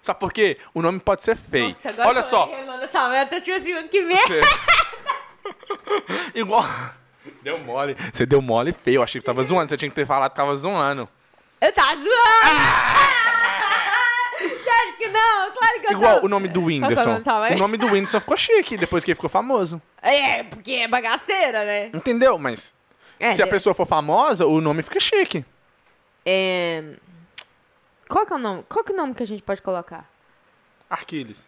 S2: Só porque o nome pode ser feio.
S1: Nossa, agora
S2: Olha
S1: que eu
S2: só.
S1: olhei, Mano, essa merda, eu tive assim, que merda.
S2: Você- Igual. Deu mole. Você deu mole feio. Eu achei que você tava zoando. Você tinha que ter falado que tava zoando.
S1: Eu tava zoando.
S2: Ah!
S1: Você acha que não? Claro que eu
S2: Igual
S1: tô.
S2: o nome do
S1: Qual
S2: Whindersson.
S1: que é o nome dessa
S2: O nome do Whindersson ficou chique depois que ele ficou famoso.
S1: É, porque é bagaceira, né?
S2: Entendeu? Mas
S1: É,
S2: se a
S1: de-
S2: pessoa for famosa, o nome fica chique.
S1: É... Qual que é o nome? Qual que é o nome que a gente pode colocar?
S2: Arquiles.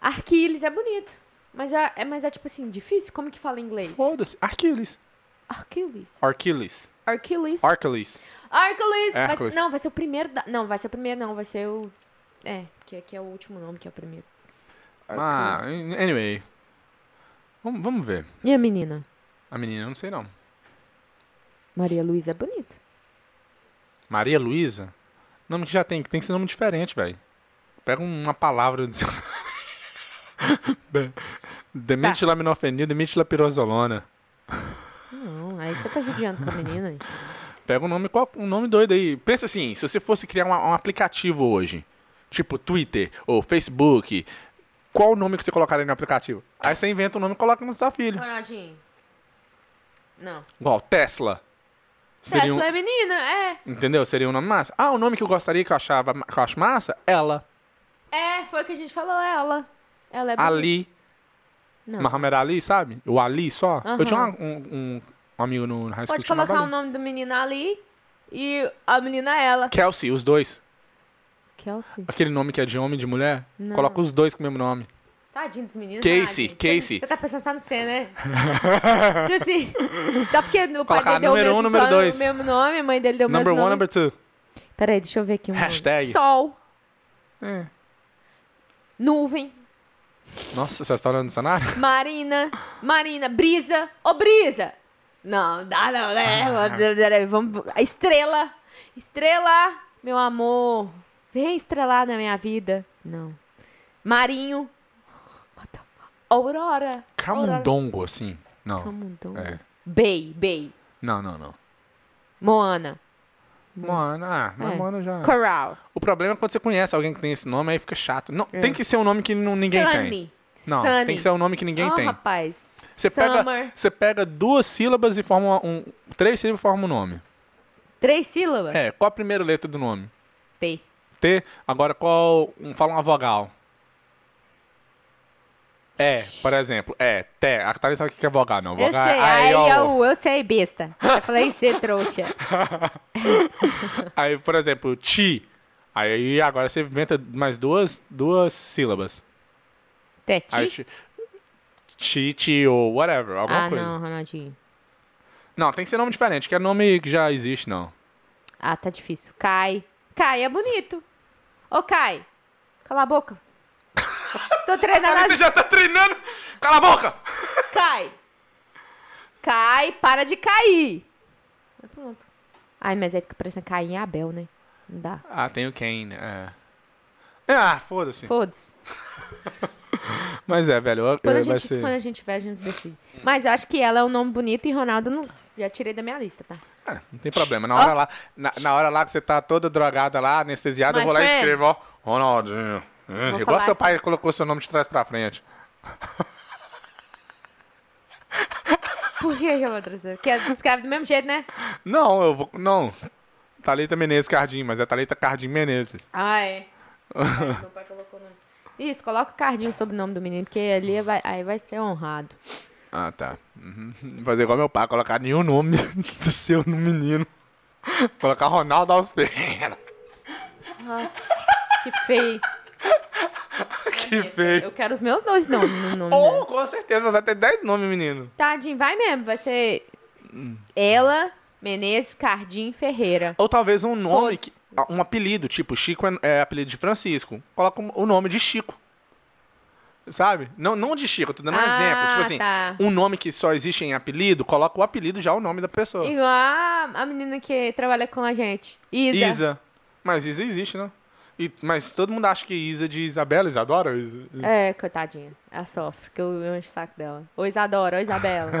S1: Arquiles é bonito. Mas é, é- mas é tipo assim, difícil? Como que fala em inglês?
S2: Foda-se. Arquiles.
S1: Arquiles.
S2: Arquiles.
S1: Arquiles.
S2: Arquiles.
S1: Arquiles. Vai
S2: Hércules.
S1: ser- Não, vai ser o primeiro. da- Não, vai ser o primeiro, não. Vai ser o. É, porque aqui é o último nome que é o primeiro.
S2: Ah, anyway. Vamos, vamos ver.
S1: E a menina?
S2: A menina, eu não sei não.
S1: Maria Luísa é bonito.
S2: Maria Luísa? Nome que já tem, que tem que ser nome diferente, velho. Pega um, uma palavra do seu.
S1: Tá.
S2: Demente laminofenil, demente lapirozolona.
S1: Não, aí você tá judiando com a menina. hein?
S2: Pega um nome, qual- um nome doido aí. Pensa assim, se você fosse criar uma- um aplicativo hoje, tipo Twitter ou Facebook, qual o nome que você colocaria no aplicativo? Aí você inventa um nome e coloca no seu filho.
S1: Ronaldinho. Não.
S2: Igual Tesla. Seria um-
S1: Tesla é menina, é.
S2: entendeu? Seria um nome massa. Ah, o nome que eu gostaria que eu achava ma- que eu acho massa? Ela.
S1: É, foi o que a gente falou, ela. Ela é bonita.
S2: Ali.
S1: Não.
S2: Mohamed Ali, sabe? O Ali só. Eu
S1: Aham.
S2: tinha uma- um, um amigo no high school
S1: Pode
S2: chamado
S1: colocar o
S2: Ali.
S1: nome do menino ali e a menina é ela.
S2: Kelsey, os dois.
S1: Kelsey.
S2: Aquele nome que é de homem e de mulher.
S1: Não.
S2: Coloca os dois com o mesmo nome.
S1: Tadinho dos meninos.
S2: Casey,
S1: tadinho.
S2: Casey.
S1: Você tá pensando só no C, né? tipo assim, só porque o pai
S2: Colocar
S1: dele deu o mesmo,
S2: número um, número
S1: nome,
S2: dois.
S1: o mesmo nome, a mãe dele deu o
S2: number
S1: mesmo nome.
S2: one, number two.
S1: Peraí, deixa eu ver aqui um nome.
S2: Hashtag.
S1: Sol,
S2: É.
S1: nuvem,
S2: Nossa, você está olhando o cenário?
S1: marina, marina, brisa. Ô, brisa! Não, dá não, né? Vamos, estrela, estrela, meu amor, vem estrelar na minha vida. Não. Marinho, Aurora. Aurora.
S2: Camundongo, assim. Não.
S1: Camundongo. Hum.
S2: É.
S1: então. Bey, Bey.
S2: Não, não, não.
S1: Moana.
S2: Moana, ah, mas
S1: É.
S2: Moana já.
S1: Coral.
S2: O problema é quando você conhece alguém que tem esse nome, aí fica chato. Não,
S1: É.
S2: tem que ser um nome que não, ninguém
S1: Sunny.
S2: tem. Não,
S1: Sunny.
S2: tem que ser um nome que ninguém
S1: oh,
S2: tem.
S1: rapaz.
S2: Você
S1: Summer.
S2: pega, você pega duas sílabas e forma um. Três sílabas e forma um nome.
S1: Três sílabas?
S2: É, qual a primeira letra do nome?
S1: T.
S2: T. Agora qual. um- fala uma vogal. É, por exemplo. É, T. A Catarina sabe o que é vogal, não.
S1: Eu sei,
S2: Vogal
S1: aí
S2: é.
S1: é
S2: ó.
S1: o eu sei, besta. Eu falei C, trouxa.
S2: Aí, por exemplo, ti. Aí agora você inventa mais duas, duas sílabas.
S1: Teti?
S2: Aí, ti- Ti, ti ou whatever, é alguma
S1: ah,
S2: coisa.
S1: não, Ronaldinho.
S2: Não, tem que ser nome diferente, que é nome que já existe, não.
S1: Ah, tá difícil. Kai. Kai é bonito. Ô, Kai. Cala a boca. Tô treinando
S2: Você
S1: as...
S2: já tá treinando? Cala a boca!
S1: Kai. Kai, para de cair. Aí Pronto. Ai, mas aí fica parecendo Caim e Abel, né? Não dá.
S2: Ah, tem o Kane, é. Ah, foda-se.
S1: Foda-se.
S2: Mas é, velho, eu,
S1: Quando, a
S2: eu, vai
S1: gente,
S2: ser...
S1: quando a gente vê, a gente decide. Mas eu acho que ela é um nome bonito e Ronaldo não. Já tirei da minha lista, tá?
S2: Ah, não tem problema. Na hora, lá, na, na hora lá que você tá toda drogada lá, anestesiada, eu
S1: My
S2: vou lá e
S1: friend.
S2: escrevo, ó. Ronaldinho. Hum,
S1: Vou
S2: Igual
S1: falar
S2: seu pai colocou seu nome de trás pra frente.
S1: Por que eu vou trazer? Porque escreve do mesmo jeito, né?
S2: Não, eu vou. Não. Thalita Menezes Cardim, mas é Thalita Cardim Menezes.
S1: Ah, é. Meu pai colocou o nome. Isso, coloca o cardinho sobre o nome do menino, porque ali vai, aí vai ser honrado.
S2: Ah, tá. Uhum. Fazer igual meu pai, colocar nenhum nome do seu no menino. Colocar Ronaldo aos pernas.
S1: Nossa, que feio.
S2: Que feio. Oh,
S1: Eu quero os meus dois nomes no nome. dela.
S2: Ou, com certeza, vai ter 10 nomes, menino.
S1: Tadinho, vai mesmo, vai ser
S2: Hum.
S1: Ela, Menezes Cardim Ferreira.
S2: Ou talvez um nome, que,
S1: Todos.
S2: um apelido, tipo, Chico é, é apelido de Francisco. Coloca um- o nome de Chico. Sabe? Não, não de Chico, eu tô dando um exemplo. Tipo assim,
S1: Ah, tá.
S2: um nome que só existe em apelido, coloca o apelido já o nome da pessoa.
S1: Igual a, a menina que trabalha com a gente. Isa.
S2: Isa. Mas Isa existe, né? E- mas todo mundo acha que Isa é de Isabela, Isadora? Isa,
S1: É, coitadinha. Ela sofre, que eu eu encho o saco dela. Ô, Isadora, ô, Isabela.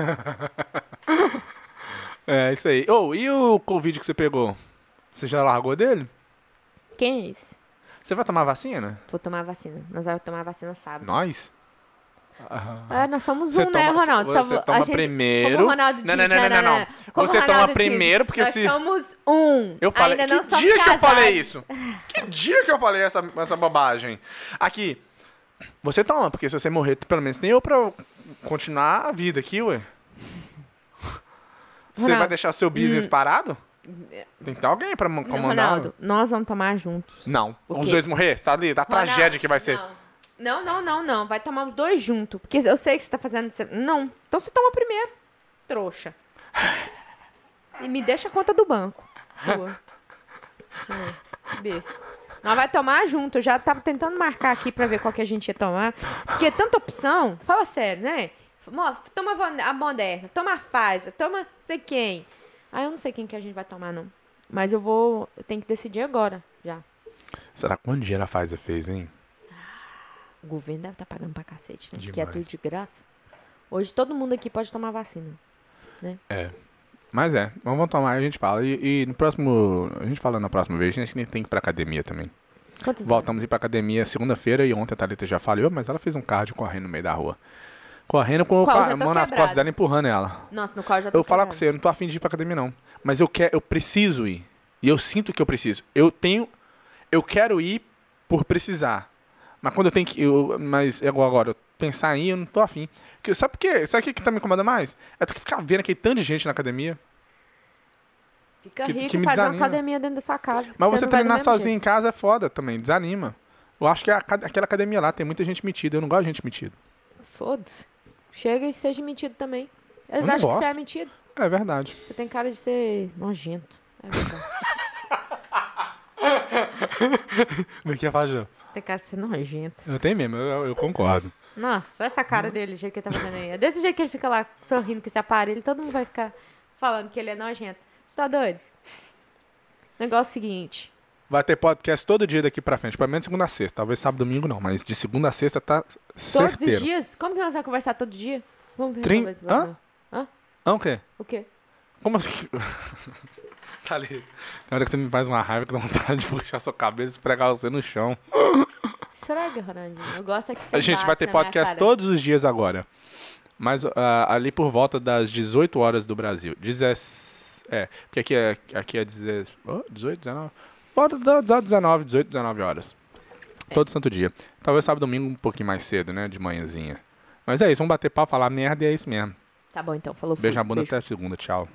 S2: É, isso aí. Ô, e o Covid que você pegou? Você já largou dele?
S1: Quem é esse?
S2: Você vai tomar vacina?
S1: Vou tomar a vacina. Nós vamos tomar a vacina sábado.
S2: Nós? Ah.
S1: É, nós somos
S2: Você
S1: um, né,
S2: toma-
S1: Ronaldo?
S2: Você
S1: Só vou- a
S2: toma
S1: gente-
S2: primeiro.
S1: Como o Ronaldo diz, né,
S2: não, não, não, não, não, não.
S1: Como o
S2: Você toma
S1: Ronaldo diz,
S2: primeiro, porque
S1: nós
S2: se.
S1: somos um.
S2: Eu falei.
S1: Ainda não
S2: que
S1: somos
S2: dia que eu falei
S1: casados.
S2: isso? Que dia que eu falei essa, essa bobagem? Aqui. Você toma, porque se você morrer, pelo menos tem eu pra eu continuar a vida aqui, ué. Você
S1: Ronaldo,
S2: vai deixar seu business parado? Tem que ter alguém pra mo-
S1: Não,
S2: comandar.
S1: Ronaldo, nós vamos tomar juntos.
S2: Não.
S1: O
S2: Os
S1: quê?
S2: dois morrer? Tá ali, da tragédia que vai ser.
S1: Não. não, não, não, não. Vai tomar os dois juntos. Porque eu sei que você tá fazendo. você- Não. Então você toma primeiro, trouxa. E me deixa a conta do banco. Sua. Hum, besta. Nós vai tomar junto. Eu já tava tentando marcar aqui pra ver qual que a gente ia tomar. Porque é tanta opção. Fala sério, né? Mo- Toma a Von- a Moderna, toma a Pfizer, toma não sei quem. Ah, eu não sei quem que a gente vai tomar, não. Mas eu vou. Eu tenho que decidir agora, já.
S2: Será um quanto dinheiro a Pfizer fez, hein?
S1: O governo deve estar pagando pra cacete, né? Porque é
S2: Demais.
S1: tudo de graça. Hoje todo mundo aqui pode tomar vacina.
S2: Mas é, mas vamos tomar, a gente fala. E, e no próximo. A gente fala na próxima vez, a gente nem tem que ir pra academia também.
S1: Quantos
S2: Voltamos a ir pra academia segunda-feira e ontem a Thalita já falhou, mas ela fez um cardio correndo no meio da rua. Correndo com, o
S1: Qual?
S2: ca-
S1: Já tô
S2: a mão nas
S1: quebrada.
S2: costas dela empurrando ela.
S1: Nossa, no qual eu já tô
S2: Eu falar com
S1: quebrada.
S2: você, eu não tô afim de ir pra academia, não. Mas eu quero, eu preciso ir. E eu sinto que eu preciso. Eu tenho. Eu quero ir por precisar. Mas quando eu tenho que. Eu, mas é igual agora, eu pensar em ir, eu não tô afim. Porque, sabe por quê? Sabe o que, que tá me incomoda mais? É ter que ficar vendo aquele tanto de gente na academia.
S1: Fica
S2: que-
S1: rico
S2: que
S1: e
S2: me
S1: fazer uma
S2: desanima.
S1: academia dentro da sua casa.
S2: Mas você,
S1: não vai do
S2: treinar
S1: mesmo
S2: sozinho em casa é foda também, desanima. Eu acho que a acad- aquela academia lá tem muita gente metida, eu não gosto de gente metida.
S1: jeito. Foda-se. Chega e seja mentido também. Eles
S2: Eu não
S1: acham que
S2: gosto.
S1: você é mentido.
S2: É verdade.
S1: Você tem cara de ser nojento. É verdade.
S2: Como é que é, Fajão?
S1: Você tem cara de ser nojento.
S2: Eu tenho mesmo, eu, eu concordo.
S1: Nossa, essa cara dele, o jeito que ele tá fazendo aí. É desse jeito que ele fica lá sorrindo com esse aparelho, todo mundo vai ficar falando que ele é nojento. Você tá doido? Negócio é seguinte.
S2: Vai ter podcast todo dia daqui pra frente, pelo menos segunda a sexta. Talvez sábado e domingo não, mas de segunda a sexta tá
S1: Todos os
S2: certeiro.
S1: dias? Como que nós vamos conversar todo dia? Vamos ver é
S2: Trin-
S1: talvez, vamos
S2: Hã?
S1: ver. Hã?
S2: Ah, o quê?
S1: O quê?
S2: Como assim? tá ali. Na hora que você me faz uma raiva que dá vontade de puxar seu cabelo e esfregar você no chão.
S1: Esfrega, Ronaldinho. Eu gosto é que você
S2: A gente
S1: bate
S2: vai ter
S1: na minha
S2: podcast
S1: cara.
S2: todos os dias agora. Mas ah, ali por volta das 18 horas do Brasil. 16. É, porque aqui é, aqui é 16, oh, 18, 19. Volta da, da 19, 18, 19 horas.
S1: É.
S2: Todo santo dia. Talvez sábado domingo um pouquinho mais cedo, né? De manhãzinha. Mas é isso, vamos bater pau, falar merda e é isso mesmo.
S1: Tá bom, então. Falou. fui.
S2: Beijo na bunda
S1: Beijo.
S2: até segunda, tchau.